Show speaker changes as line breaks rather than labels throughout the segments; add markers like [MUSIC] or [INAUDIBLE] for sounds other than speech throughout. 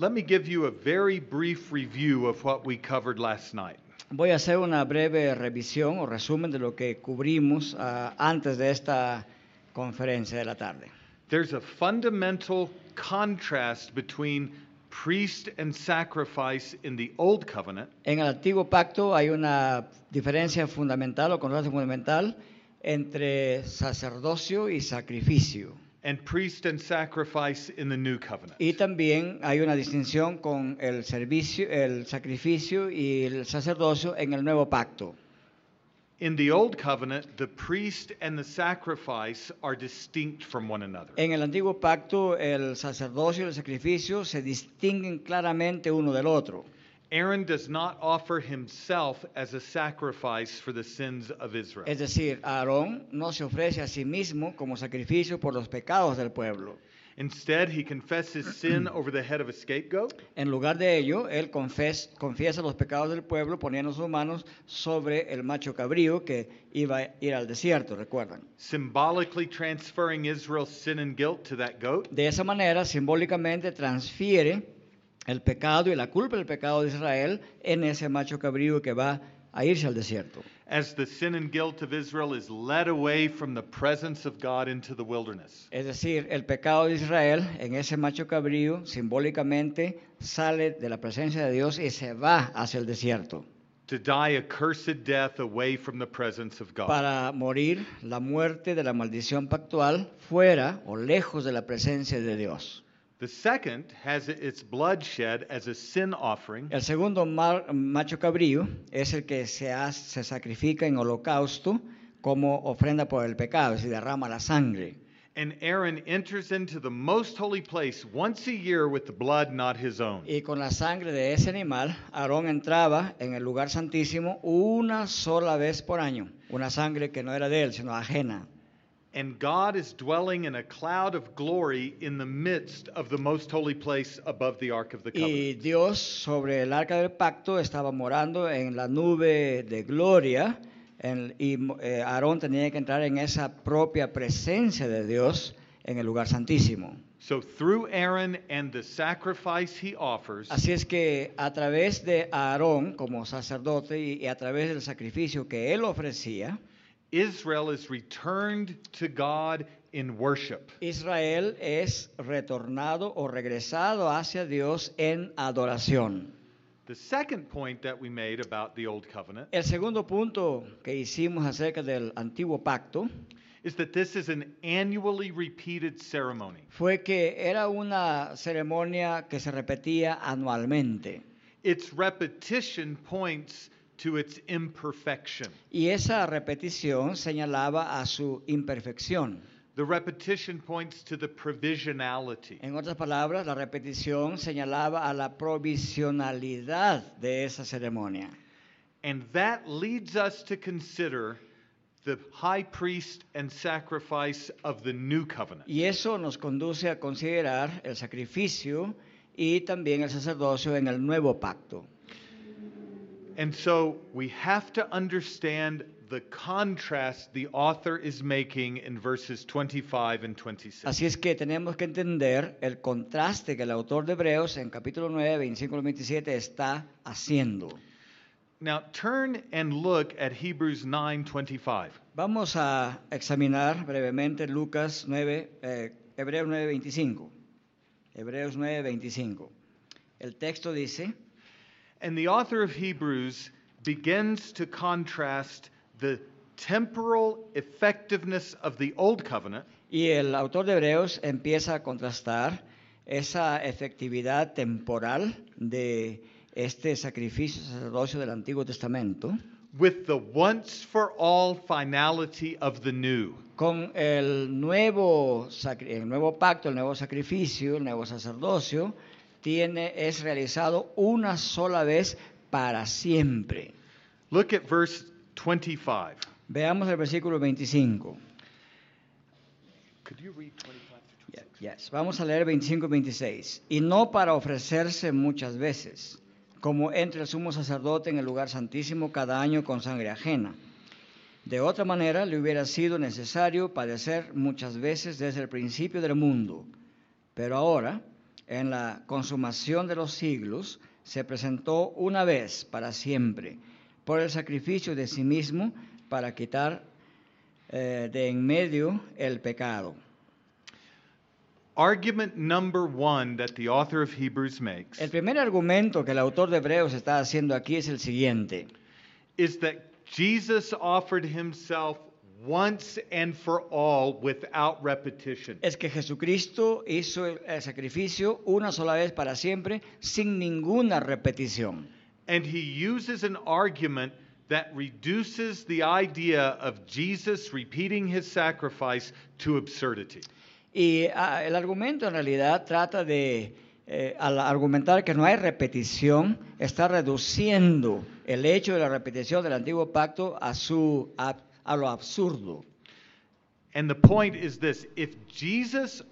Let me give you a very brief review of what we covered last night.
Voy a hacer una breve revisión o resumen de lo que cubrimos ah, antes de esta conferencia de la tarde.
There's a fundamental contrast between priest and sacrifice in the Old Covenant
En el antiguo pacto hay una diferencia fundamental o contraste fundamental entre sacerdocio y sacrificio.
and priest and sacrifice in the New Covenant.
Y también hay una distinción con el servicio, el sacrificio y el sacerdocio en el nuevo pacto.
In the Old Covenant, the priest and the sacrifice are distinct from one another.
En el antiguo pacto el sacerdocio y el sacrificio se distinguen claramente uno del otro.
Aaron does not offer himself as a sacrifice for the sins of Israel.
Es decir, Aarón no se ofrece a sí mismo como sacrificio por los pecados del pueblo.
Instead, he confesses sin over the head of a scapegoat
En lugar de ello, él confes- confiesa los pecados del pueblo poniendo sus manos sobre el macho cabrío que iba a ir al desierto, recuerdan.
symbolically transferring Israel's sin and guilt to that goat.
De esa manera, simbólicamente transfiere el pecado y la culpa del pecado de Israel en ese macho cabrío que va a irse al desierto.
As the sin and guilt of Israel is led away from the presence of God into the wilderness.
Es decir, el pecado de Israel en ese macho cabrío simbólicamente sale de la presencia de Dios y se va hacia el desierto
to die a cursed death away from the presence of God.
para morir la muerte de la maldición pactual fuera o lejos de la presencia de Dios.
The second has its blood shed as a sin offering
El segundo mar- macho cabrío es el que se, hace- se sacrifica en holocausto como ofrenda por el pecado, es decir, derrama la sangre.
and Aaron enters into the most holy place once a year with the blood not his own.
Y con la sangre de ese animal, Aarón entraba en el lugar santísimo una sola vez por año. Una sangre que no era de él, sino ajena.
And God is dwelling in a cloud of glory in the midst of the most holy place above the ark of the
Y
covenant.
Dios sobre el arca del pacto estaba morando en la nube de gloria. en- y eh, Aarón tenía que entrar en esa propia presencia de Dios en el lugar santísimo.
So through Aaron and the sacrifice he offers,
Así es que a través de Aarón como sacerdote y- y a través del sacrificio que él ofrecía,
Israel is returned to God in worship.
Israel es retornado o regresado hacia Dios en adoración.
The second point that we made about the old covenant
El segundo punto que hicimos acerca del antiguo pacto
is that this is an annually repeated ceremony.
fue que era una ceremonia que se repetía anualmente
Its repetition points to its imperfection.
y esa repetición señalaba a su imperfección.
The repetition points to the provisionality.
En otras palabras, la repetición señalaba a la provisionalidad de esa ceremonia.
And that leads us to consider the high priest and sacrifice of the new covenant.
Y eso nos conduce a considerar el sacrificio y también el sacerdocio en el nuevo pacto.
And so we have to understand the contrast the author is making in verses 25 and 26.
Así es que tenemos que entender el contraste que el autor de Hebreos en capítulo 9, 25 al 27 está haciendo.
Now turn and look at Hebrews 9:25.
Vamos a examinar brevemente Lucas 9, eh, Hebreos 9, 25. Hebreos 9, 25. El texto dice,
And the author of Hebrews begins to contrast the temporal effectiveness of the old covenant
Y el autor de Hebreos empieza a contrastar esa efectividad temporal de este sacrificio sacerdocio del Antiguo Testamento
with the once for all finality of the new.
con el nuevo, sacri- el nuevo pacto, el nuevo sacrificio, el nuevo sacerdocio, tiene, es realizado una sola vez para siempre.
Look at verse 25.
Veamos el versículo 25.
Could you read 25 through
Ya- yes. Vamos a leer 25 y 26. Y no para ofrecerse muchas veces, como entra el sumo sacerdote en el lugar santísimo cada año con sangre ajena. De otra manera, le hubiera sido necesario padecer muchas veces desde el principio del mundo. Pero ahora, en la consumación de los siglos, se presentó una vez para siempre por el sacrificio de sí mismo para quitar eh, de en medio el pecado.
Argument number one that the author of Hebrews makes
El primer argumento que el autor de Hebreos está haciendo aquí es el siguiente.
is that Jesus offered himself once and for all without repetition.
Es que Jesucristo hizo el, el sacrificio una sola vez para siempre sin ninguna repetición.
And he uses an argument that reduces the idea of Jesus repeating his sacrifice to absurdity.
Y ah, el argumento en realidad trata de, eh, al argumentar que no hay repetición, está reduciendo el hecho de la repetición del antiguo pacto a, su, a, a lo absurdo.
And the point is this if Jesus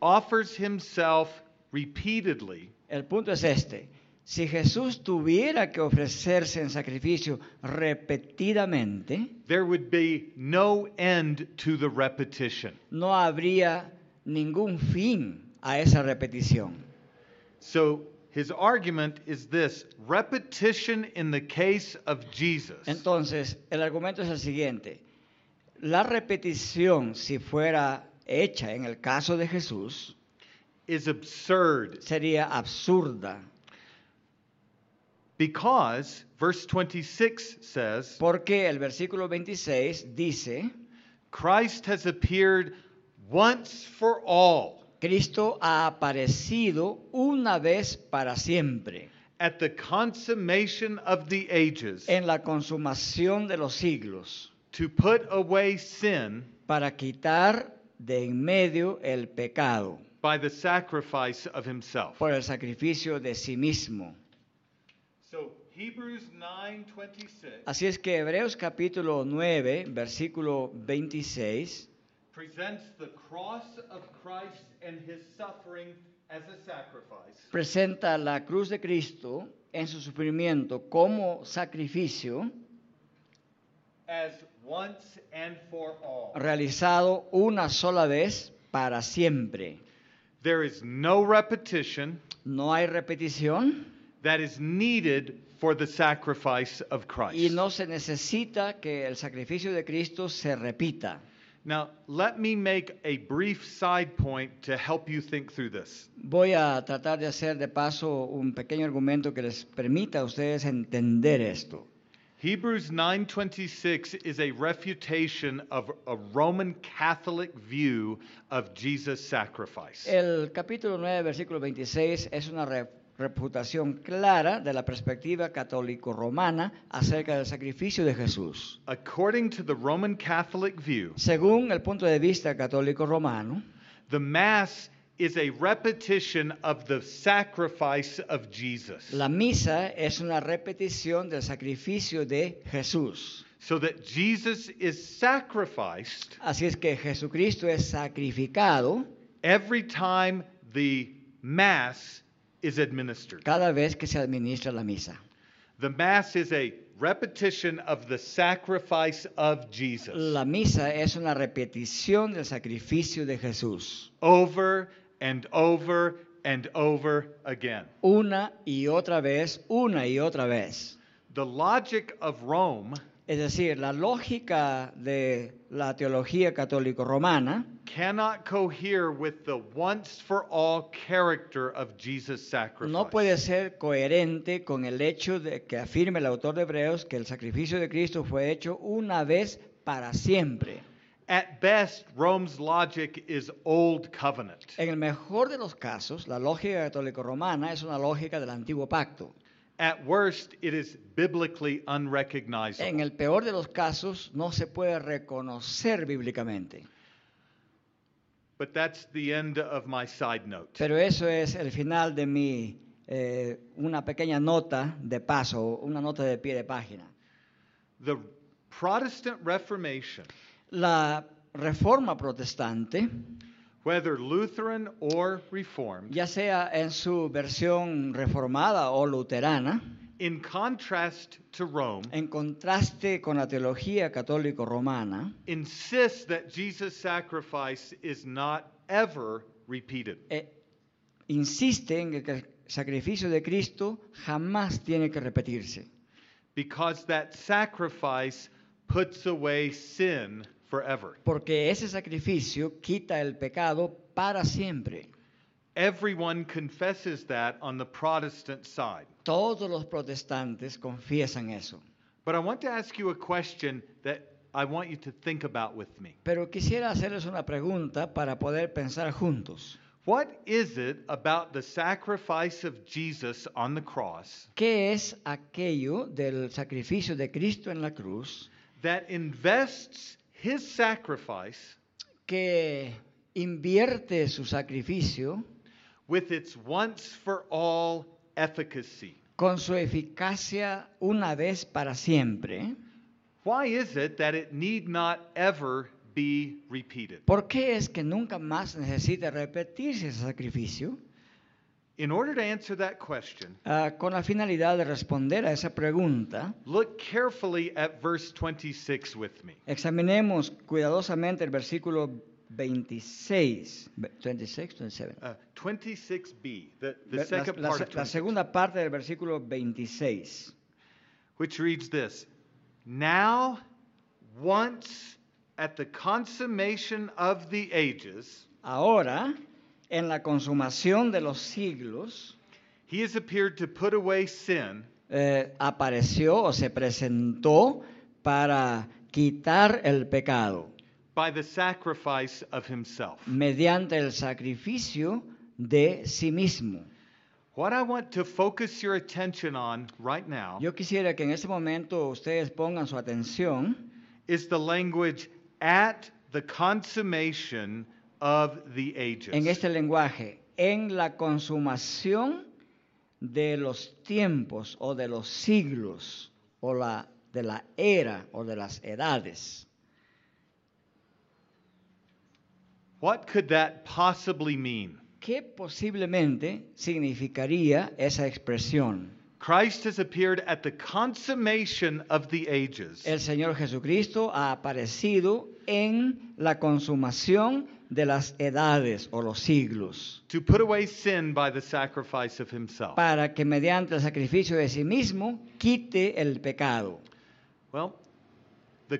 offers himself repeatedly,
El punto es este. Si Jesús tuviera que ofrecerse en sacrificio repetidamente,
there would be no end to the repetition.
no habría ningún fin a esa repetición.
So his argument is this repetition in the case of Jesus
Entonces, el argumento es el siguiente. La repetición, si fuera hecha en el caso de Jesús,
is absurd
sería absurda,
because verse 26 says,
porque el versículo 26 dice,
Christ has appeared once for all
Cristo ha aparecido una vez para siempre,
at the consummation of the ages
en la consumación de los siglos,
to put away sin
para quitar de en medio el pecado
by the sacrifice of himself.
por el sacrificio de sí mismo.
So Hebrews 9:26
Así es que Hebreos capítulo 9, versículo 26,
presents the cross of Christ and his suffering as a sacrifice.
presenta la cruz de Cristo en su sufrimiento como sacrificio
as once and for all.
realizado una sola vez para siempre.
There is no repetition
No hay repetición
that is needed for the sacrifice of Christ.
y no se necesita que el sacrificio de Cristo se repita.
Now, let me make a brief side point to help you think through this.
Voy a tratar de hacer de paso un pequeño argumento que les permita a ustedes entender esto.
Hebrews 9:26 is a refutation of a Roman Catholic view of Jesus' sacrifice.
El capítulo 9, versículo 26 es una re- reputación clara de la perspectiva católico-romana acerca del sacrificio de Jesús.
According to the Roman Catholic view,
Según el punto de vista católico-romano,
the mass is a repetition of the sacrifice of Jesus.
la misa es una repetición del sacrificio de Jesús.
so that Jesus is sacrificed
Así es que Jesucristo es sacrificado
every time the Mass is administered.
cada vez que se administra la misa.
The Mass is a repetition of the sacrifice of Jesus
La misa es una repetición del sacrificio de Jesús,
over and over and over again.
una y otra vez, una y otra vez.
The logic of Rome
Es decir, la lógica de la teología católico-romana
cannot cohere with the once for all character of Jesus' sacrifice.
no puede ser coherente con el hecho de que afirme el autor de Hebreos que el sacrificio de Cristo fue hecho una vez para siempre.
At best, Rome's logic is old covenant.
En el mejor de los casos, la lógica católico-romana es una lógica del antiguo pacto.
At worst, it is biblically
En
unrecognizable.
el peor de los casos, no se puede reconocer bíblicamente.
But that's the end of my side note.
Pero eso es el final de mi, eh, una pequeña nota de paso, una nota de pie de página.
The Protestant Reformation,
La reforma protestante,
whether Lutheran or Reformed,
ya sea en su versión reformada o luterana,
in contrast to Rome,
en contraste con la teología católico-romana,
insists that Jesus' sacrifice is not ever repeated.
eh, insiste en que el sacrificio de Cristo jamás tiene que repetirse,
because that sacrifice puts away sin forever.
porque ese sacrificio quita el pecado para siempre.
Everyone confesses that on the Protestant side.
Todos los protestantes confiesan eso.
But I want to ask you a question that I want you to think about with me.
Pero quisiera hacerles una pregunta para poder pensar juntos.
What is it about the sacrifice of Jesus on the cross
¿Qué es aquello del sacrificio de Cristo en la cruz
that invests his sacrifice
que invierte su sacrificio
with its once for all efficacy?
con su eficacia una vez para siempre?
Why is it that it need not ever be repeated?
¿Por qué es que nunca más necesita repetirse ese sacrificio?
In order to answer that question,
Ah, con la finalidad de responder a esa pregunta,
look carefully at verse 26 with me.
examinemos cuidadosamente el versículo 26. ve- 26, 27.
Uh, 26b, the, the
Ver- la,
second
la-
part
la
of 26.
segunda parte del versículo 26.
which reads this Now, once at the consummation of the ages,
Ahora, en la consumación de los siglos,
he has appeared to put away sin,
eh, apareció o se presentó para quitar el pecado
by the sacrifice of himself.
mediante el sacrificio de sí mismo.
What I want to focus your attention on right now
Yo quisiera que en este momento ustedes pongan su atención
is the language at the consummation of the ages.
en este lenguaje, en la consumación de los tiempos o de los siglos o la, de la era o de las edades.
what could that possibly mean?
¿Qué posiblemente significaría esa expresión?
Christ has appeared at the consummation of the ages.
El Señor Jesucristo ha aparecido en la consumación de las edades o los siglos,
to put away sin by the sacrifice of himself.
para que mediante el sacrificio de sí mismo quite el pecado.
Well, the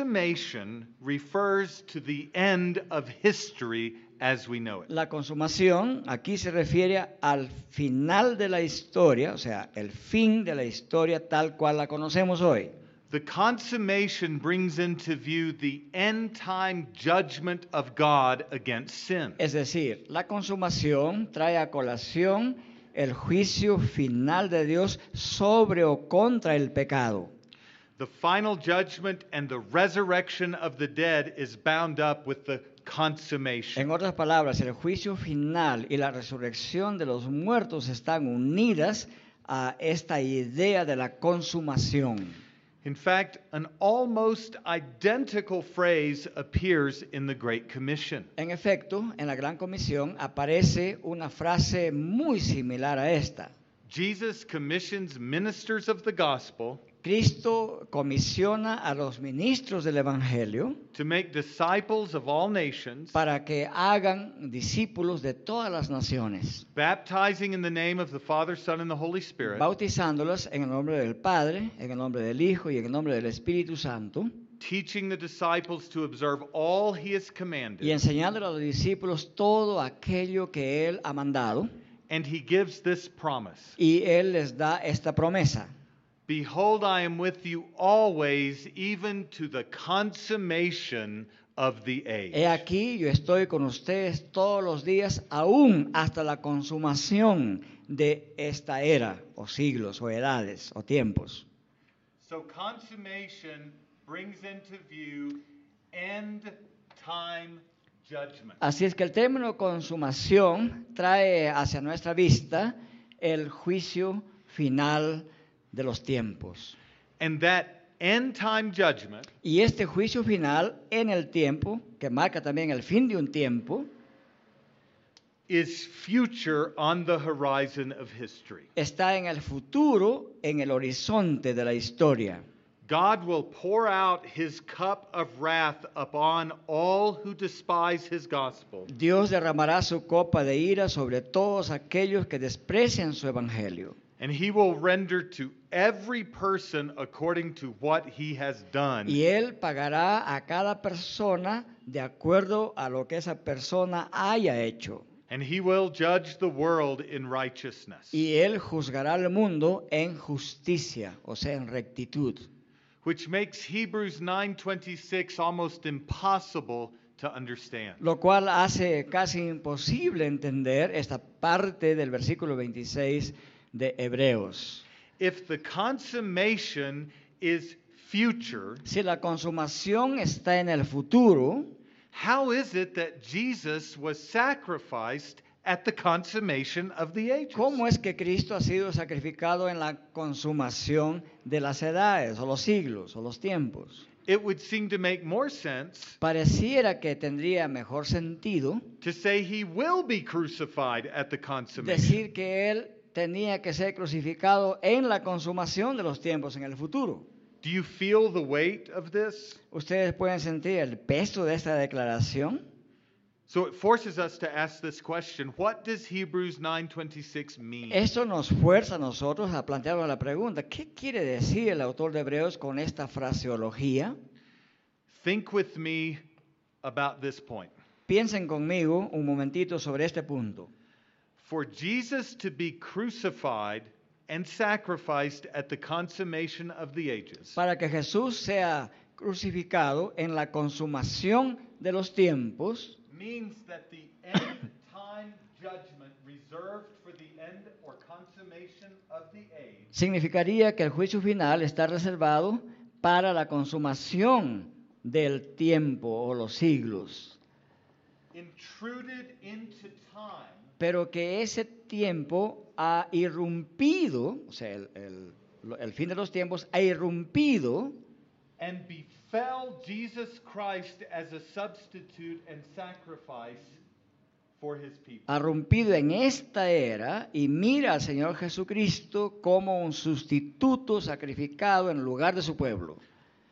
consummation refers to the end of history as we know it.
La consumación aquí se refiere al final de la historia, o sea, el fin de la historia tal cual la conocemos hoy.
The consummation brings into view the end time judgment of God against sin.
Es decir, la consumación trae a colación el juicio final de Dios sobre o contra el pecado.
The final judgment and the resurrection of the dead is bound up with the
En
consummation.
otras palabras, el juicio final y la resurrección de los muertos están unidas a esta idea de la consumación.
In fact, an almost identical phrase appears in the Great Commission.
En efecto, en la Gran Comisión aparece una frase muy similar a esta.
Jesus commissions ministers of the gospel
Cristo comisiona a los ministros del Evangelio
to make disciples of all nations,
para que hagan discípulos de todas las naciones,
baptizing in the name of the Father, Son, and the Holy Spirit,
bautizándolos en el nombre del Padre, en el nombre del Hijo y en el nombre del Espíritu Santo,
teaching the disciples to observe all he has commanded.
y enseñándole a los discípulos todo aquello que Él ha mandado,
And he gives this promise
y Él les da esta promesa.
Behold, I am with you always, even to the consummation of the age.
He aquí, yo estoy con ustedes todos los días, aún hasta la consumación de esta era, o siglos, o edades, o tiempos.
So, consummation brings into view end time judgment.
Así es que el término consumación trae hacia nuestra vista el juicio final de los tiempos.
And that end time judgment
Y este juicio final en el tiempo, que marca también el fin de un tiempo,
is future on the horizon of history.
está en el futuro, en el horizonte de la historia.
God will pour out his cup of wrath upon all who despise his gospel.
Dios derramará su copa de ira sobre todos aquellos que desprecian su evangelio.
And he will render to every person according to what he has done.
Y Él pagará a cada persona de acuerdo a lo que esa persona haya hecho.
And he will judge the world in righteousness,
Y Él juzgará al mundo en justicia, o sea, en rectitud.
which makes Hebrews 9:26 almost impossible to understand.
Lo cual hace casi imposible entender esta parte del versículo 26 de Hebreos.
If the consummation is future,
Si la consumación está en el futuro,
how is it that Jesus was sacrificed at the consummation of the ages?
¿cómo es que Cristo ha sido sacrificado en la consumación de las edades, o los siglos, o los tiempos?
It would seem to make more sense
Pareciera que tendría mejor sentido
to say he will be crucified at the consummation.
decir que Él tenía que ser crucificado en la consumación de los tiempos, en el futuro.
Do you feel the weight of this?
Ustedes pueden sentir el peso de esta declaración.
So it forces us to ask this question, what does Hebrews 9:26 mean?
Esto nos fuerza a nosotros a plantearnos la pregunta, ¿qué quiere decir el autor de Hebreos con esta fraseología?
Think with me about this point.
Piensen conmigo un momentito sobre este punto.
For Jesus to be crucified and sacrificed at the consummation of the ages
Para que Jesús sea crucificado en la consumación de los tiempos,
means that the end [COUGHS] time judgment reserved for the end or consummation of the age
significaría que el juicio final está reservado para la consumación del tiempo o los siglos,
intruded into time
pero que ese tiempo ha irrumpido, o sea, el, el- lo- el fin de los tiempos ha irrumpido
and befell Jesus Christ as a substitute and sacrifice for his people.
ha rompido en esta era y mira al Señor Jesucristo como un sustituto sacrificado en lugar de su pueblo.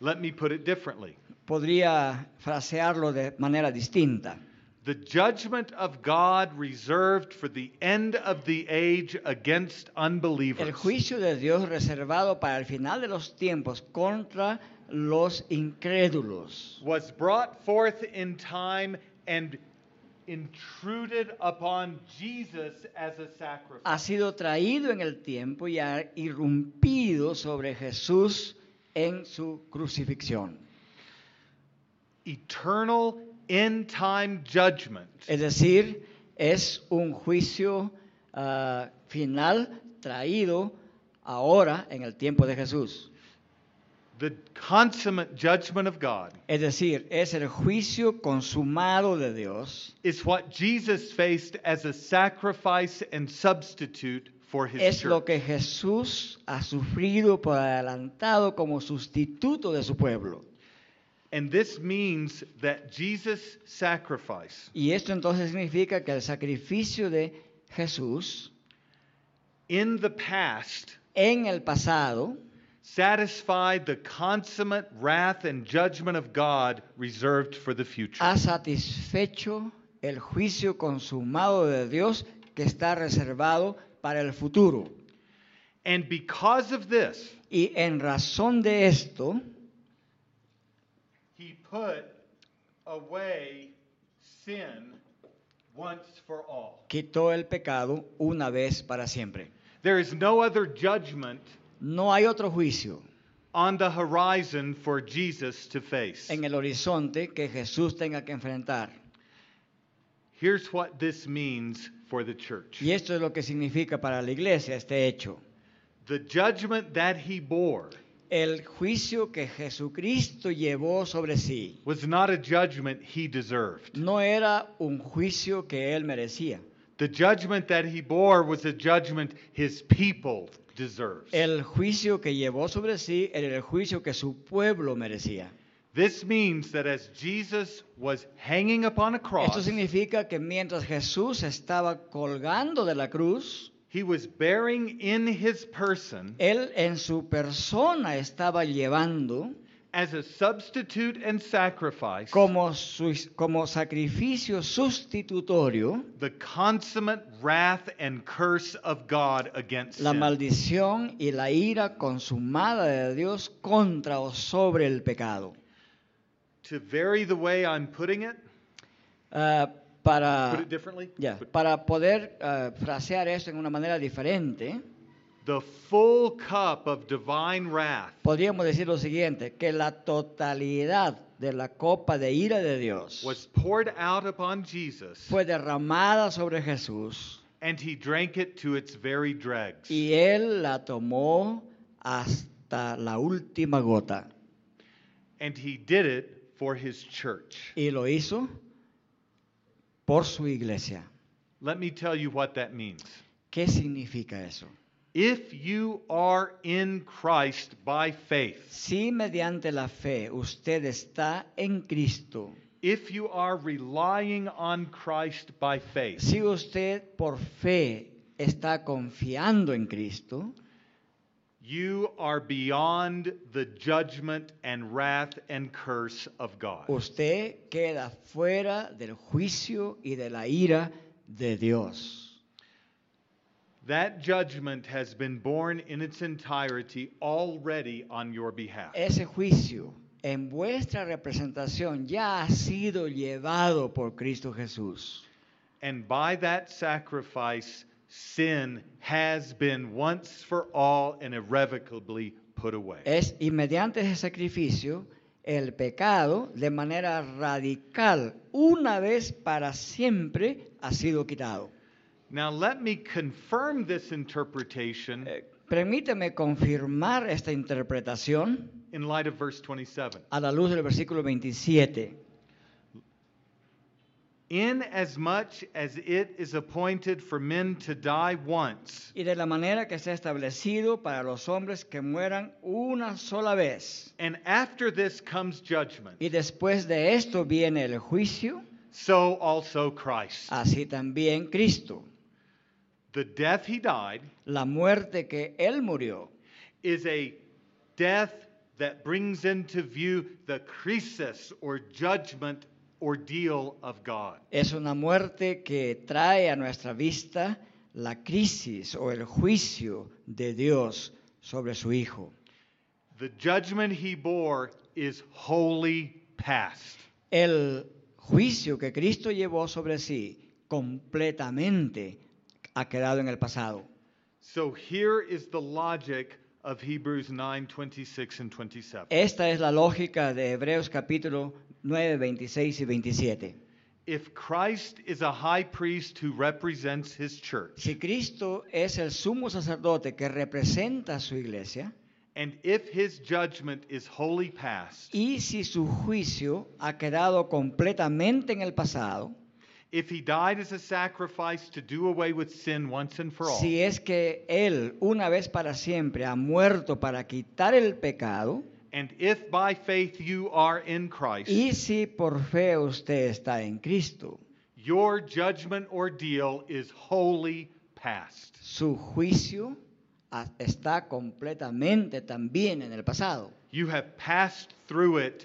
Let me put it differently.
Podría frasearlo de manera distinta.
The judgment of God reserved for the end of the age against
El
unbelievers
juicio de Dios reservado para el final de los tiempos contra los incrédulos
was brought forth in time and intruded upon Jesus as a sacrifice.
ha sido traído en el tiempo y ha irrumpido sobre Jesús en su crucifixión.
Eternal end time judgment
Es decir, es un juicio ah, final traído ahora en el tiempo de Jesús.
the consummate judgment of God
Es decir, es el juicio consumado de Dios.
is what Jesus faced as a sacrifice and substitute for his
Es
church.
lo que Jesús ha sufrido por adelantado como sustituto de su pueblo.
And this means that Jesus' sacrifice
Y esto entonces significa que el sacrificio de Jesús
in the past
en el pasado
satisfied the consummate wrath and judgment of God reserved for the future.
ha satisfecho el juicio consumado de Dios que está reservado para el futuro.
and because of this,
Y en razón de esto,
he put away sin once for all.
quitó el pecado una vez para siempre.
There is no other judgment
No hay otro juicio
on the horizon for Jesus to face.
en el horizonte que Jesús tenga que enfrentar.
Here's what this means for the church.
Y esto es lo que significa para la iglesia este hecho.
The judgment that he bore
El juicio que Jesucristo llevó sobre sí
was not a judgment he deserved.
no era un juicio que él merecía.
The judgment that he bore was a judgment his people deserves.
El juicio que llevó sobre sí era el juicio que su pueblo merecía.
This means that as Jesus was hanging upon a
Esto
cross,
significa que mientras Jesús estaba colgando de la cruz,
He was bearing in his person
Él en su persona estaba llevando
as a substitute and sacrifice
como, su- como sacrificio sustitutorio
the consummate wrath and curse of God against
la
sin.
maldición y la ira consumada de Dios contra o sobre el pecado.
To vary the way I'm putting it,
Ah, para,
put it differently,
ya,
but
para poder ah, frasear eso en una manera diferente,
the full cup of divine wrath
podríamos decir lo siguiente, que la totalidad de la copa de ira de Dios
was poured out upon Jesus,
fue derramada sobre Jesús
and he drank it to its very dregs.
y él la tomó hasta la última gota
And he did it for his church.
y lo hizo por su iglesia.
Let me tell you what that means.
¿Qué significa eso?
If you are in Christ by faith,
Si mediante la fe usted está en Cristo,
if you are relying on Christ by faith,
si usted por fe está confiando en Cristo,
you are beyond the judgment and wrath and curse of God.
usted queda fuera del juicio y de la ira de Dios.
That judgment has been borne in its entirety already on your behalf.
Ese juicio en vuestra representación ya ha sido llevado por Cristo Jesús.
And by that sacrifice, sin has been once for all and irrevocably put away.
Es y mediante ese sacrificio el pecado de manera radical, una vez para siempre, ha sido quitado.
Now, let me confirm this interpretation
Eh, Permíteme confirmar esta interpretación
in light of verse 27.
a la luz del versículo 27.
Inasmuch as it is appointed for men to die once,
Y de la manera que se ha establecido para los hombres que mueran una sola vez.
and after this comes judgment,
Y después de esto viene el juicio,
so also Christ.
así también Cristo.
The death he died
La muerte que Él murió
is a death that brings into view the crisis or judgment ordeal of God.
es una muerte que trae a nuestra vista la crisis o el juicio de Dios sobre su Hijo.
The judgment he bore is wholly past.
El juicio que Cristo llevó sobre sí completamente ha quedado en el pasado.
So here is the logic of Hebrews 9 26 and 27.
Esta es la lógica de Hebreos capítulo 9, 26 y 27.
If Christ is a high priest who represents his church,
Si Cristo es el sumo sacerdote que representa a su iglesia
and if his judgment is wholly past,
y si su juicio ha quedado completamente en el pasado,
if he died as a sacrifice to do away with sin once and for all,
si es que Él una vez para siempre ha muerto para quitar el pecado
And if by faith you are in Christ,
y si por fe usted está en Cristo,
your judgment ordeal is wholly past.
su juicio ha- está completamente también en el pasado.
You have passed through it.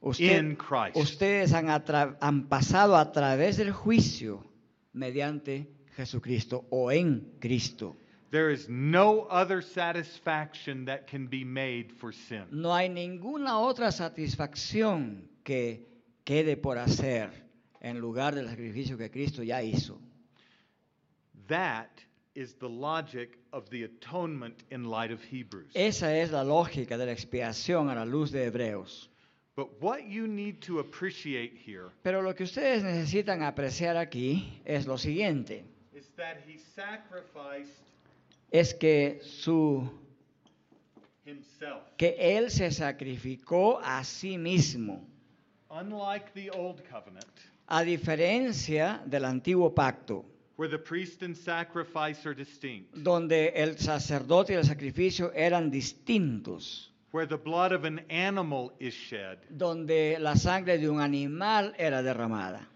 Usted-
In Christ.
Ustedes han, atra- han pasado a través del juicio mediante Jesucristo o en Cristo.
There is no other satisfaction that can be made for sin.
No hay ninguna otra satisfacción que quede por hacer en lugar del sacrificio que Cristo ya hizo.
That is the logic of the atonement in light of Hebrews.
Esa es la lógica de la expiación a la luz de Hebreos.
But what you need to appreciate here
Pero lo que ustedes necesitan apreciar aquí es lo siguiente,
is that he sacrificed
es que su
himself.
que él se sacrificó a sí mismo.
Unlike the old covenant,
A diferencia del antiguo pacto,
where the priest and sacrifice are distinct,
donde el sacerdote y el sacrificio eran distintos,
where the blood of an animal is shed,
donde la sangre de un animal era derramada.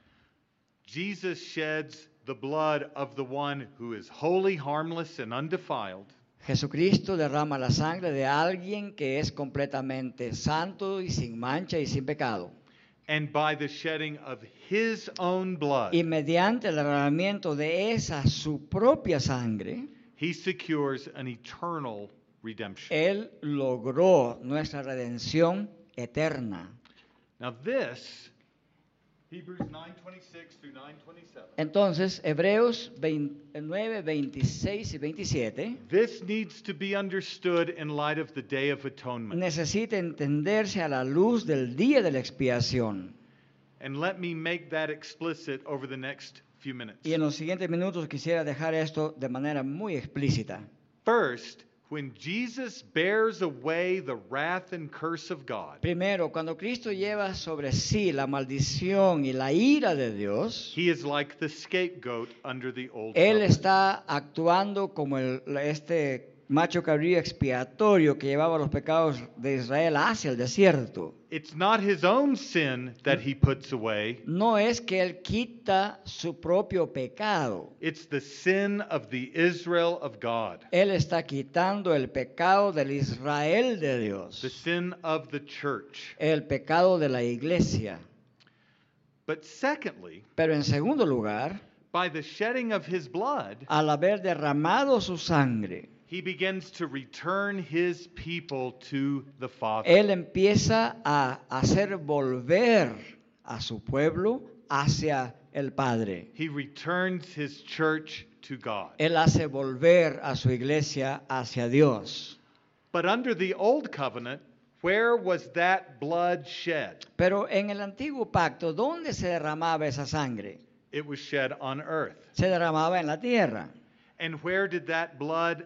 Jesus sheds the blood of the one who is holy, harmless, and undefiled,
Jesucristo derrama la sangre de alguien que es completamente santo y sin mancha y sin pecado.
and by the shedding of his own blood,
Y mediante el derramamiento de esa su propia sangre,
he secures an eternal redemption.
Él logró nuestra redención eterna.
Now this Hebrews 9:26 through 9:27.
Entonces, Hebreos 29, 26 y 27
This needs to be understood in light of the Day of Atonement.
necesita entenderse a la luz del día de la expiación.
And let me make that explicit over the next few minutes.
Y en los siguientes minutos quisiera dejar esto de manera muy explícita.
First, when Jesus bears away the wrath and curse of God,
Primero, cuando Cristo lleva sobre sí la maldición y la ira de Dios,
he is like the scapegoat under the old
Él
covenant.
está actuando como el- este macho cabrío expiatorio que llevaba los pecados de Israel hacia el desierto.
It's not his own sin that he puts away.
No es que Él quita su propio pecado.
It's the sin of the Israel of God,
Él está quitando el pecado del Israel de
the
Dios,
sin of the church.
el pecado de la iglesia.
But secondly,
Pero en segundo lugar,
by the shedding of his blood,
al haber derramado su sangre,
he begins to return his people to the Father.
Él empieza a hacer volver a su pueblo hacia el Padre.
He returns his church to God.
Él hace volver a su iglesia hacia Dios.
But under the old covenant, where was that blood shed?
Pero en el antiguo pacto, ¿dónde se derramaba esa sangre?
It was shed on earth.
Se derramaba en la tierra.
And where did that blood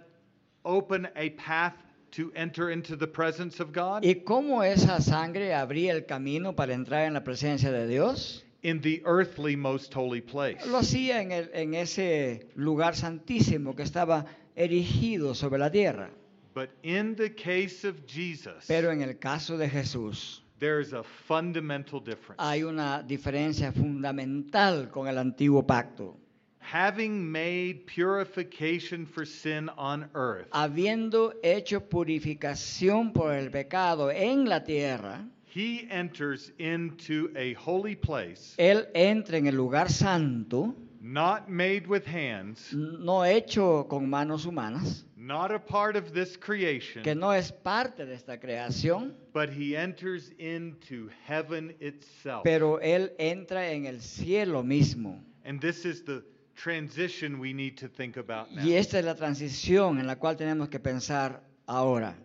open a path to enter into the presence of God?
¿Y cómo esa sangre abría el camino para entrar en la presencia de Dios?
In the earthly most holy place.
Lo hacía en, el- en ese lugar santísimo que estaba erigido sobre la tierra.
But in the case of Jesus,
Pero en el caso de Jesús,
there is a fundamental difference.
hay una diferencia fundamental con el antiguo pacto.
Having made purification for sin on earth,
Habiendo hecho purificación por el pecado en la tierra,
he enters into a holy place,
Él entra en el lugar santo,
not made with hands,
no hecho con manos humanas,
not a part of this
que
creation,
no es parte de esta creación,
but he enters into heaven itself.
pero Él entra en el cielo mismo.
And this is the transition we need to think about
Y
now.
esta es la transición en la cual tenemos que pensar ahora.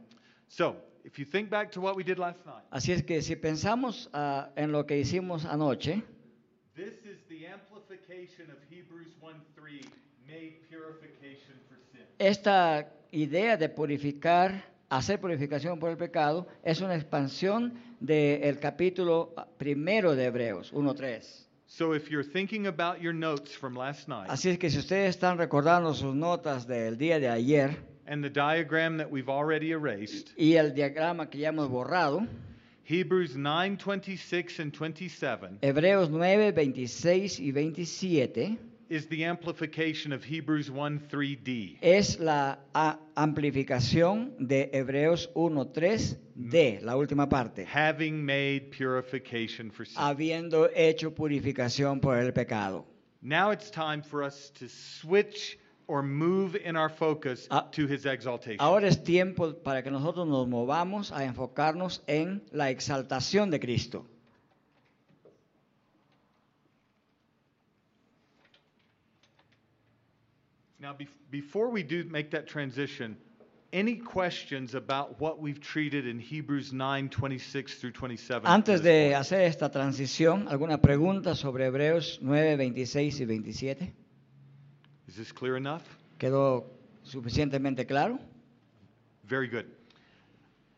So, if you think back to what we did last night,
Así es que si pensamos ah, en lo que hicimos anoche,
This is the amplification of Hebrews 1:3, made purification for sin.
Esta idea de purificar, hacer purificación por el pecado, es una expansión del capítulo primero de Hebreos 1.3.
So if you're thinking about your notes from last night
Así es que si ustedes están recordando sus notas del día de ayer
and the diagram that we've already erased,
y el diagrama que ya hemos borrado,
Hebrews 9:26 and 27
Hebreos 9, 26 y 27
is the amplification of Hebrews 1:3d.
es la a- amplificación de Hebreos 1.3d, la última parte,
Having made purification for sin.
habiendo hecho purificación por el pecado.
Now it's time for us to switch or move in our focus
Ah.
to his exaltation.
Ahora es tiempo para que nosotros nos movamos a enfocarnos en la exaltación de Cristo.
Now, bef- before we do make that transition, any questions about what we've treated in Hebrews 9 26 through 27? at this
Antes de
point?
hacer esta transición, ¿alguna pregunta sobre Hebreos 9, 26 y 27?
Is this clear enough?
¿Quedó suficientemente claro?
Very good.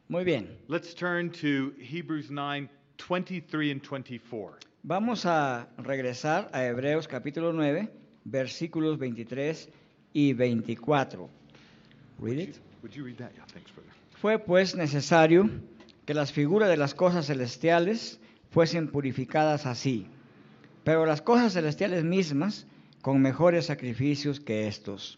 Muy bien.
Let's turn to Hebrews 9 23 and 24.
Vamos a regresar a Hebreos capítulo 9, versículos 23 y 24. Read
Would you,
it.
would you read that? Yeah, thanks, brother.
Fue pues necesario que las figuras de las cosas celestiales fuesen purificadas así, pero las cosas celestiales mismas con mejores sacrificios que estos.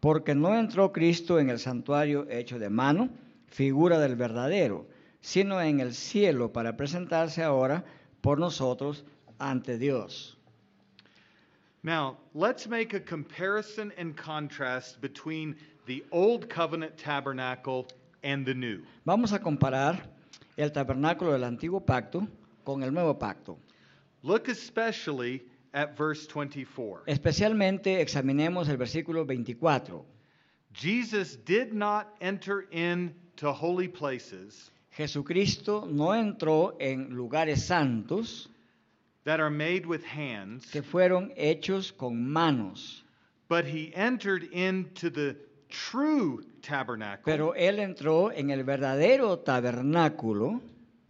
Porque no entró Cristo en el santuario hecho de mano, figura del verdadero, sino en el cielo para presentarse ahora por nosotros ante Dios.
Now, let's make a comparison and contrast between the Old Covenant tabernacle and the New.
Vamos a comparar el tabernáculo del antiguo pacto con el nuevo pacto.
Look especially at verse 24.
Especialmente examinemos el versículo 24.
Jesus did not enter into holy places
Jesucristo no entró en lugares santos
that are made with hands,
que fueron hechos con manos,
but he entered into the true tabernacle,
pero él entró en el verdadero tabernáculo,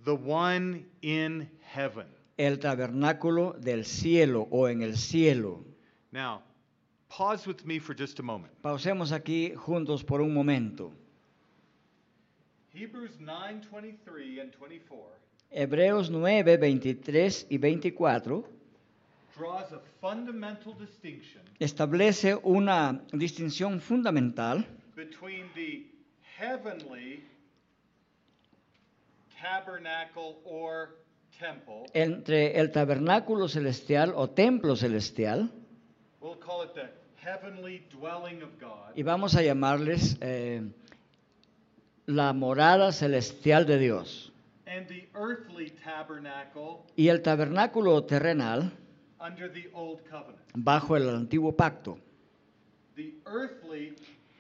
the one in heaven.
el tabernáculo del cielo o en el cielo.
Now, pause with me for just a moment.
Pausemos aquí juntos por un momento.
Hebrews 9:23 and 24
Hebreos 9, 23 y 24
draws a fundamental distinction
establece una distinción fundamental
between the heavenly tabernacle or temple,
entre el tabernáculo celestial o templo celestial,
we'll call it the heavenly dwelling of God,
y vamos a llamarles eh, la morada celestial de Dios,
and the earthly tabernacle
y el tabernáculo terrenal
under the old covenant.
bajo el antiguo pacto.
The earthly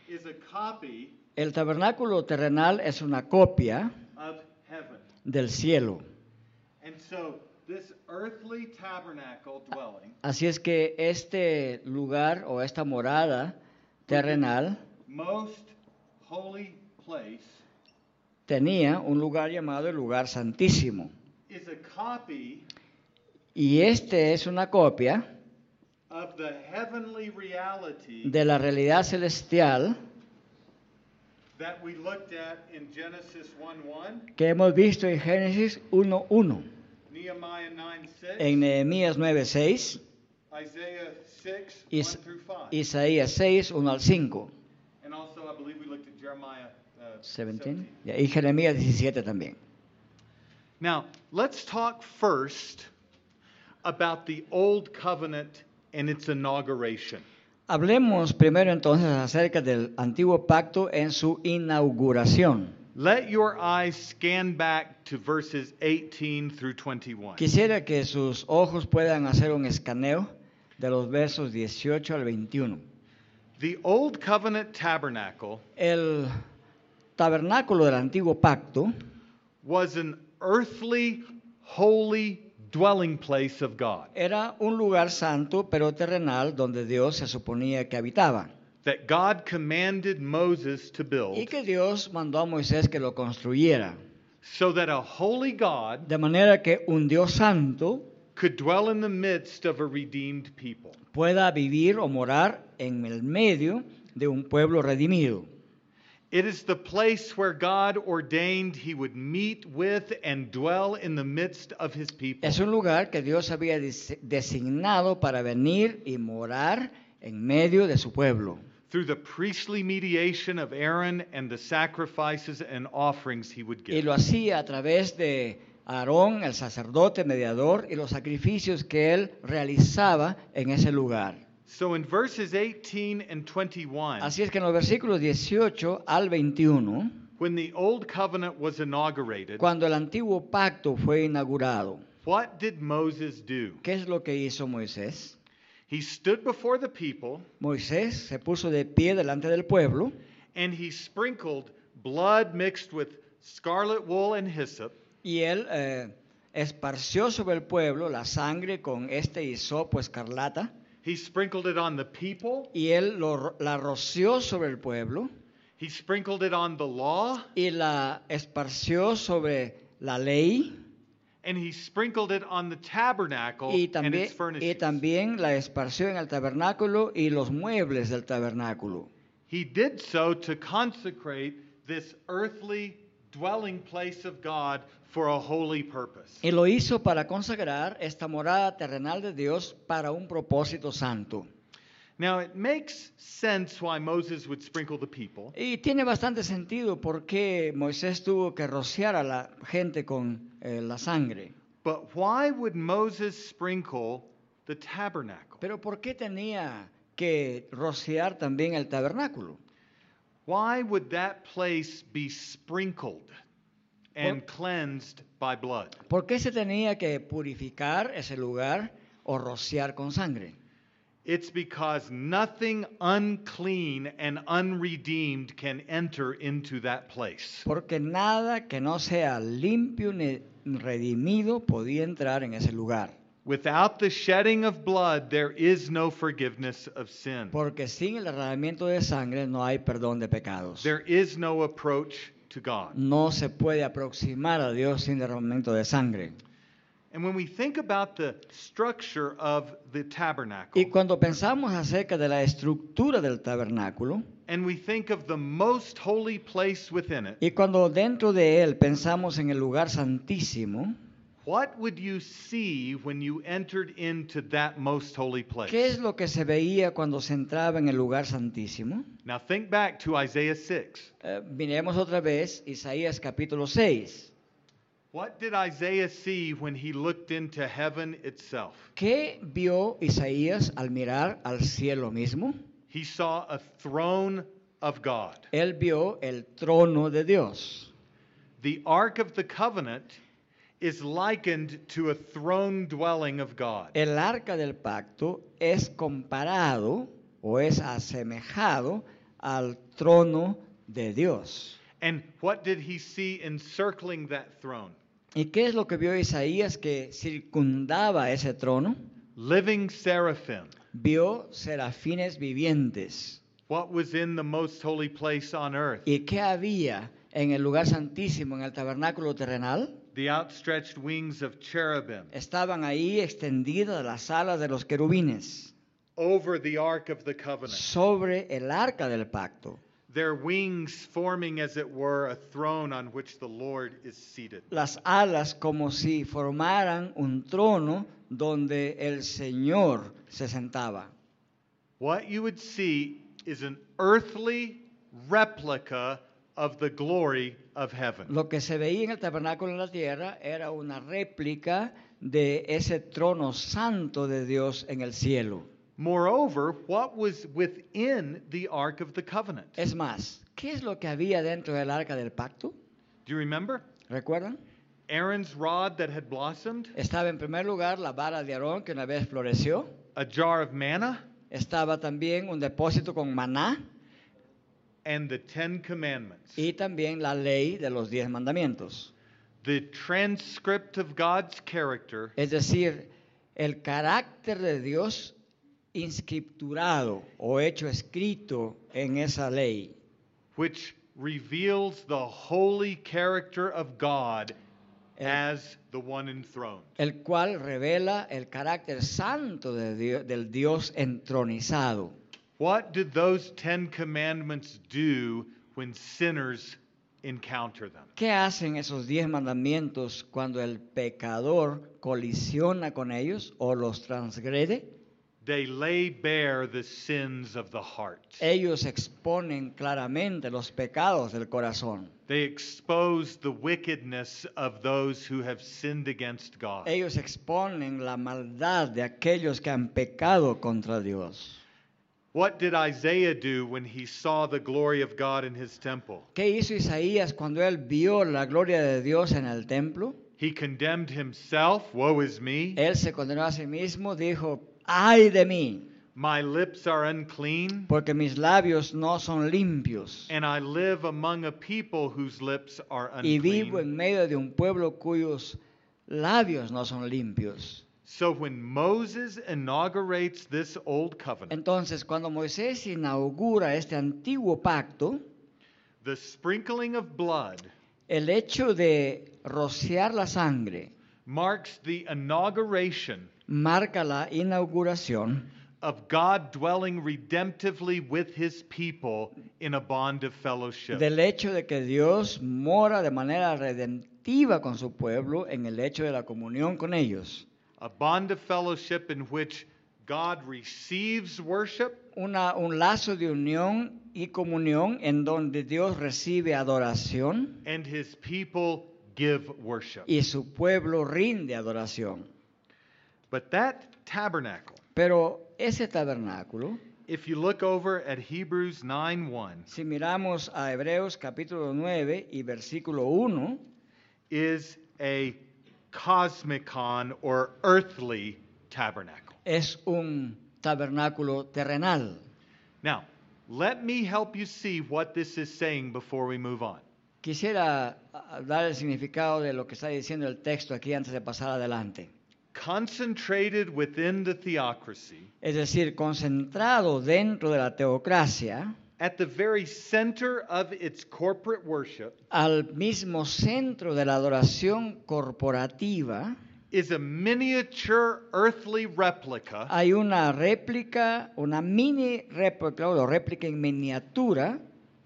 is a copy
El tabernáculo terrenal es una copia
of heaven.
del cielo.
And so this earthly tabernacle dwelling
Así es que este lugar o esta morada terrenal
most holy place
tenía un lugar llamado el lugar santísimo.
is a copy
Y este es una copia
of the heavenly reality
de la realidad celestial
that we looked at in Genesis 1:1,
que hemos visto en Génesis 1.1,
Nehemiah 9:6,
en Nehemías 9.6,
Isaiah 6,
Is-
1 through 5.
Isaías 6, 1 al 5,
and also I believe we looked at Jeremiah uh,
17, y Jeremías 17 también.
Now, let's talk first about the old covenant and its inauguration.
Hablemos primero entonces acerca del antiguo pacto en su inauguración.
Let your eyes scan back to verses 18 through 21.
Quisiera que sus ojos puedan hacer un escaneo de los versos 18 al 21.
The old covenant tabernacle
El tabernáculo del antiguo pacto
was an earthly, holy dwelling place of God
era un lugar santo pero terrenal donde Dios se suponía que habitaba
that God commanded Moses to
y
build
que Dios mandó a Moisés que lo construyera.
so that a holy God
De manera que un Dios santo
could dwell in the midst of a redeemed people.
pueda vivir o morar en el medio de un pueblo redimido.
It is the place where God ordained he would meet with and dwell in the midst of his people.
Es un lugar que Dios había des- designado para venir y morar en medio de su pueblo.
Through the priestly mediation of Aaron and the sacrifices and offerings he would
Y
give.
lo hacía a través de Aarón, el sacerdote mediador, y los sacrificios que él realizaba en ese lugar.
So in verses 18 and 21,
Así es que en los versículos 18 al 21,
when the old covenant was inaugurated,
cuando el antiguo pacto fue inaugurado,
what did Moses do?
¿qué es lo que hizo Moisés?
He stood before the people
Moisés se puso de pie delante del pueblo
and he sprinkled blood mixed with scarlet wool and hyssop
y él eh, esparció sobre el pueblo la sangre con este hisopo escarlata
He sprinkled it on the people.
y él lo ro- la roció sobre el pueblo
He sprinkled it on the law.
y la esparció sobre la ley
And he sprinkled it on the tabernacle
y
and
también,
its
y
furnishings.
también la esparció en el tabernáculo y los muebles del tabernáculo.
He did so to consecrate this earthly dwelling place of God for a holy purpose.
Y lo hizo para consagrar esta morada terrenal de Dios para un propósito santo.
Now, it makes sense why Moses would sprinkle the people,
Y tiene bastante sentido por qué Moisés tuvo que rociar a la gente con eh, la sangre.
but why would Moses sprinkle the tabernacle?
Pero ¿por qué tenía que rociar también el tabernáculo?
Why would that place be sprinkled and
Por-
cleansed by blood?
¿Por qué se tenía que purificar ese lugar o rociar con sangre?
It's because nothing unclean and unredeemed can enter into that place.
Porque nada que no sea limpio ni redimido podía entrar en ese lugar.
Without the shedding of blood, there is no forgiveness of sin.
Porque sin el derramamiento de sangre no hay perdón de pecados.
There is no approach to God.
No se puede aproximar a Dios sin derramamiento de sangre.
And when we think about the structure of the
Y
tabernacle,
cuando pensamos acerca de la estructura del tabernáculo,
and we think of the most holy place within it,
y cuando dentro de él pensamos en el lugar santísimo,
what would you see when you entered into that most holy
¿qué es
place?
lo que se veía cuando se entraba en el lugar santísimo?
Now think back to Isaiah 6.
Eh, miremos otra vez Isaías capítulo 6.
What did Isaiah see when he looked into heaven itself?
¿Qué vio Isaías al mirar al cielo mismo?
He saw a throne of God.
Él vio el trono de Dios.
The Ark of the Covenant is likened to a throne dwelling of God.
El arca del pacto es comparado o es asemejado al trono de Dios.
And what did he see encircling that throne?
¿Y qué es lo que vio Isaías que circundaba ese trono?
Living seraphim.
Vio serafines vivientes.
What was in the most holy place on earth?
¿Y qué había en el lugar santísimo, en el tabernáculo terrenal?
The outstretched wings of cherubim
Estaban ahí extendidas las alas de los querubines
over the Ark of the Covenant,
sobre el arca del pacto.
their wings forming, as it were, a throne on which the Lord is seated.
las alas como si formaran un trono donde el Señor se sentaba.
What you would see is an earthly replica of the glory of heaven.
Lo que se veía en el tabernáculo en la tierra era una réplica de ese trono santo de Dios en el cielo.
Moreover, what was within the Ark of the Covenant?
Es más, ¿qué es lo que había dentro del arca del pacto?
Do you remember?
¿Recuerdan?
Aaron's rod that had blossomed,
Estaba en primer lugar la vara de Aarón que una vez floreció.
a jar of manna,
Estaba también un depósito con maná
and the Ten Commandments.
y también la ley de los diez mandamientos.
The transcript of God's character
Es decir, el carácter de Dios inscripturado o hecho escrito en esa ley,
which reveals the holy character of God
El-
as the one enthroned.
el cual revela el carácter santo de Dio- del Dios entronizado.
What did those Ten Commandments do when sinners encounter them?
¿Qué hacen esos diez mandamientos cuando el pecador colisiona con ellos o los transgrede?
They lay bare the sins of the heart.
Ellos exponen claramente los pecados del corazón.
They expose the wickedness of those who have sinned against God.
Ellos exponen la maldad de aquellos que han pecado contra Dios.
What did Isaiah do when he saw the glory of God in his temple?
¿Qué hizo Isaías cuando él vio la gloria de Dios en el templo?
He condemned himself, woe is me.
Él se condenó a sí mismo, dijo, ay de mí,
My lips are unclean,
porque mis labios no son limpios.
and I live among a people whose lips are
Y vivo en
unclean.
medio de un pueblo cuyos labios no son limpios.
So when Moses inaugurates this old covenant,
Entonces, cuando Moisés inaugura este antiguo pacto,
the sprinkling of blood
el hecho de rociar la sangre
marks the inauguration
marca la inauguración
of God dwelling redemptively with his people in a bond of fellowship.
del hecho de que Dios mora de manera redentiva con su pueblo en el hecho de la comunión con ellos.
a bond of fellowship in which God receives worship
una- un lazo de unión y comunión en donde Dios recibe adoración
and his people give worship.
y su pueblo rinde adoración.
But that tabernacle,
Pero ese tabernáculo,
if you look over at Hebrews 9:1,
si miramos a Hebreos capítulo 9 y versículo 1,
is a cosmicon or earthly tabernacle.
es un tabernáculo terrenal.
Now, let me help you see what this is saying before we move on.
Quisiera ah, dar el significado de lo que está diciendo el texto aquí antes de pasar adelante.
Concentrated within the theocracy,
Es decir, concentrado dentro de la teocracia,
at the very center of its corporate worship,
al mismo centro de la adoración corporativa,
is a miniature earthly replica
hay una réplica, una mini réplica o réplica en miniatura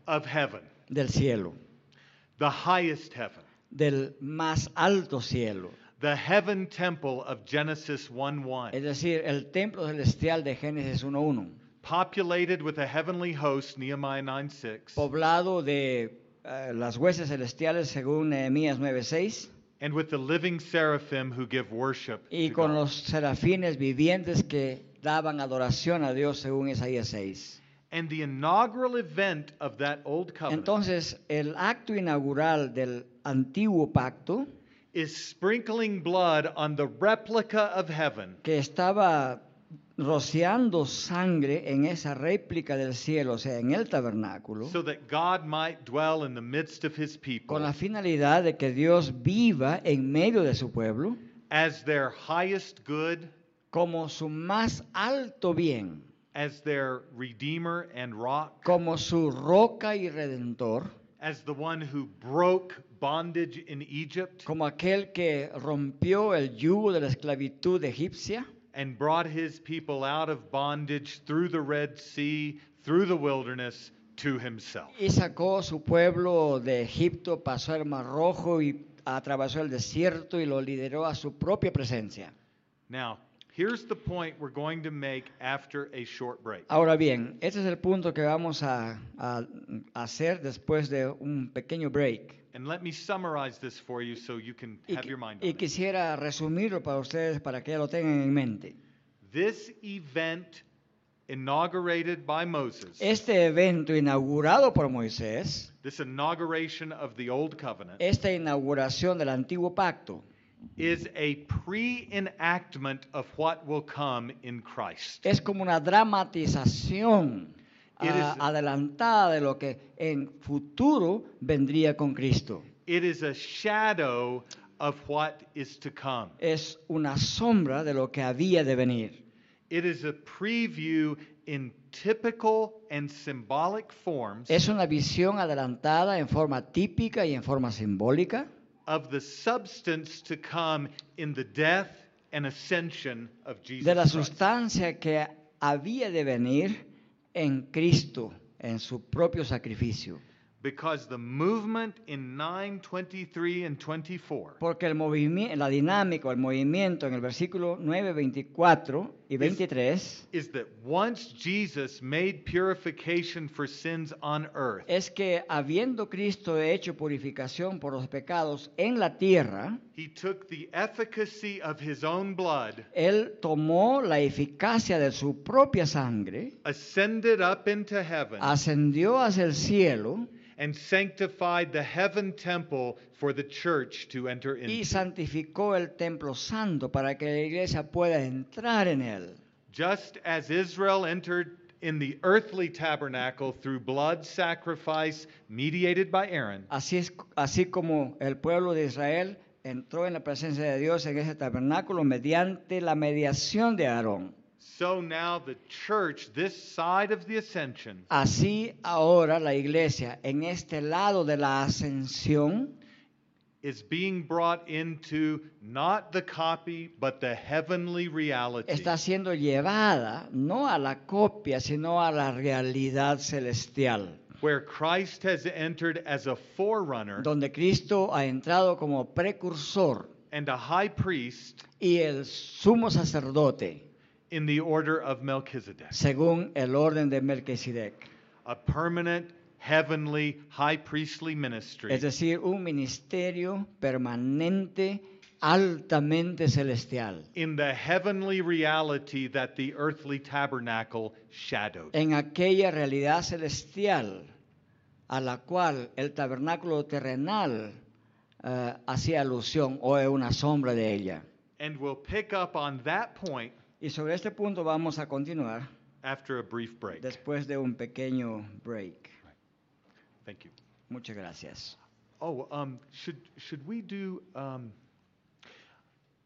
of heaven,
del cielo,
the highest heaven,
del más alto cielo.
the heaven temple of Genesis 1 1,
Es decir, el templo celestial de Génesis 1.1,
populated with a heavenly host, Nehemiah 9 6,
poblado de eh, las huestes celestiales según Nehemías 9.6
and with the living seraphim who give worship.
y
to
con
God.
los serafines vivientes que daban adoración a Dios según Isaías 6.
And the inaugural event of that old covenant
Entonces, el acto inaugural del antiguo pacto,
is sprinkling blood on the replica of heaven
que estaba rociando sangre en esa réplica del cielo, o sea, en el tabernáculo,
so that God might dwell in the midst of his people
con la finalidad de que Dios viva en medio de su pueblo
as their highest good,
como su más alto bien,
as their redeemer and rock,
como su roca y redentor,
as the one who broke bondage in Egypt
como aquel que rompió el yugo de la esclavitud egipcia
and brought his people out of bondage through the Red Sea, through the wilderness to himself.
y sacó su pueblo de Egipto, pasó el Mar Rojo y atravesó el desierto y lo lideró a su propia presencia.
Now, here's the point we're going to make after a short break.
Ahora bien, este es el punto que vamos a, a- a hacer después de un pequeño break.
And let me summarize this for you so you can
Y,
have
qui-
your mind on
y
it.
quisiera resumirlo para ustedes para que ya lo tengan en mente.
This event inaugurated by Moses,
Este evento inaugurado por Moisés,
this inauguration of the Old Covenant,
esta inauguración del antiguo pacto,
is a pre enactment of what will come in Christ.
es como una dramatización
It is-
a- adelantada de lo que en futuro vendría con Cristo.
It is a shadow of what is to come.
Es una sombra de lo que había de venir.
It is a preview in typical and symbolic forms
Es una visión adelantada en forma típica y en forma simbólica
of the substance to come in the death and ascension of Jesus
de la
Christ.
sustancia que había de venir en Cristo, en su propio sacrificio.
Because the movement in 923 and 24
Porque el movimiento, la dinámica, o el movimiento en el versículo 9, 24 y 23
is that once Jesus made purification for sins on earth,
es que habiendo Cristo hecho purificación por los pecados en la tierra,
he took the efficacy of his own blood,
Él tomó la eficacia de su propia sangre,
ascended up into heaven,
Ah. ascendió hacia el cielo
and sanctified the heaven temple for the church to enter
y
into.
santificó el templo santo para que la iglesia pueda entrar en él.
Just as Israel entered in the earthly tabernacle through blood sacrifice mediated by Aaron,
Así, es, así como el pueblo de Israel entró en la presencia de Dios en ese tabernáculo mediante la mediación de Aarón.
so now the church, this side of the ascension,
Así ahora la iglesia en este lado de la ascensión
is being brought into not the copy, but the heavenly reality
está siendo llevada no a la copia, sino a la realidad celestial,
where Christ has entered as a forerunner
donde Cristo ha entrado como precursor
and a high priest
y el sumo sacerdote
in the order of Melchizedek,
según el orden de Melquisedec,
a permanent heavenly high priestly ministry
es decir, un ministerio permanente altamente celestial,
in the heavenly reality that the earthly tabernacle shadowed.
en aquella realidad celestial a la cual el tabernáculo terrenal eh, hacía alusión o es una sombra de ella.
And we'll pick up on that point
Y sobre este punto vamos a continuar
after a brief break.
después de un pequeño break.
Thank you.
Muchas gracias.
Oh, um, should should we do um,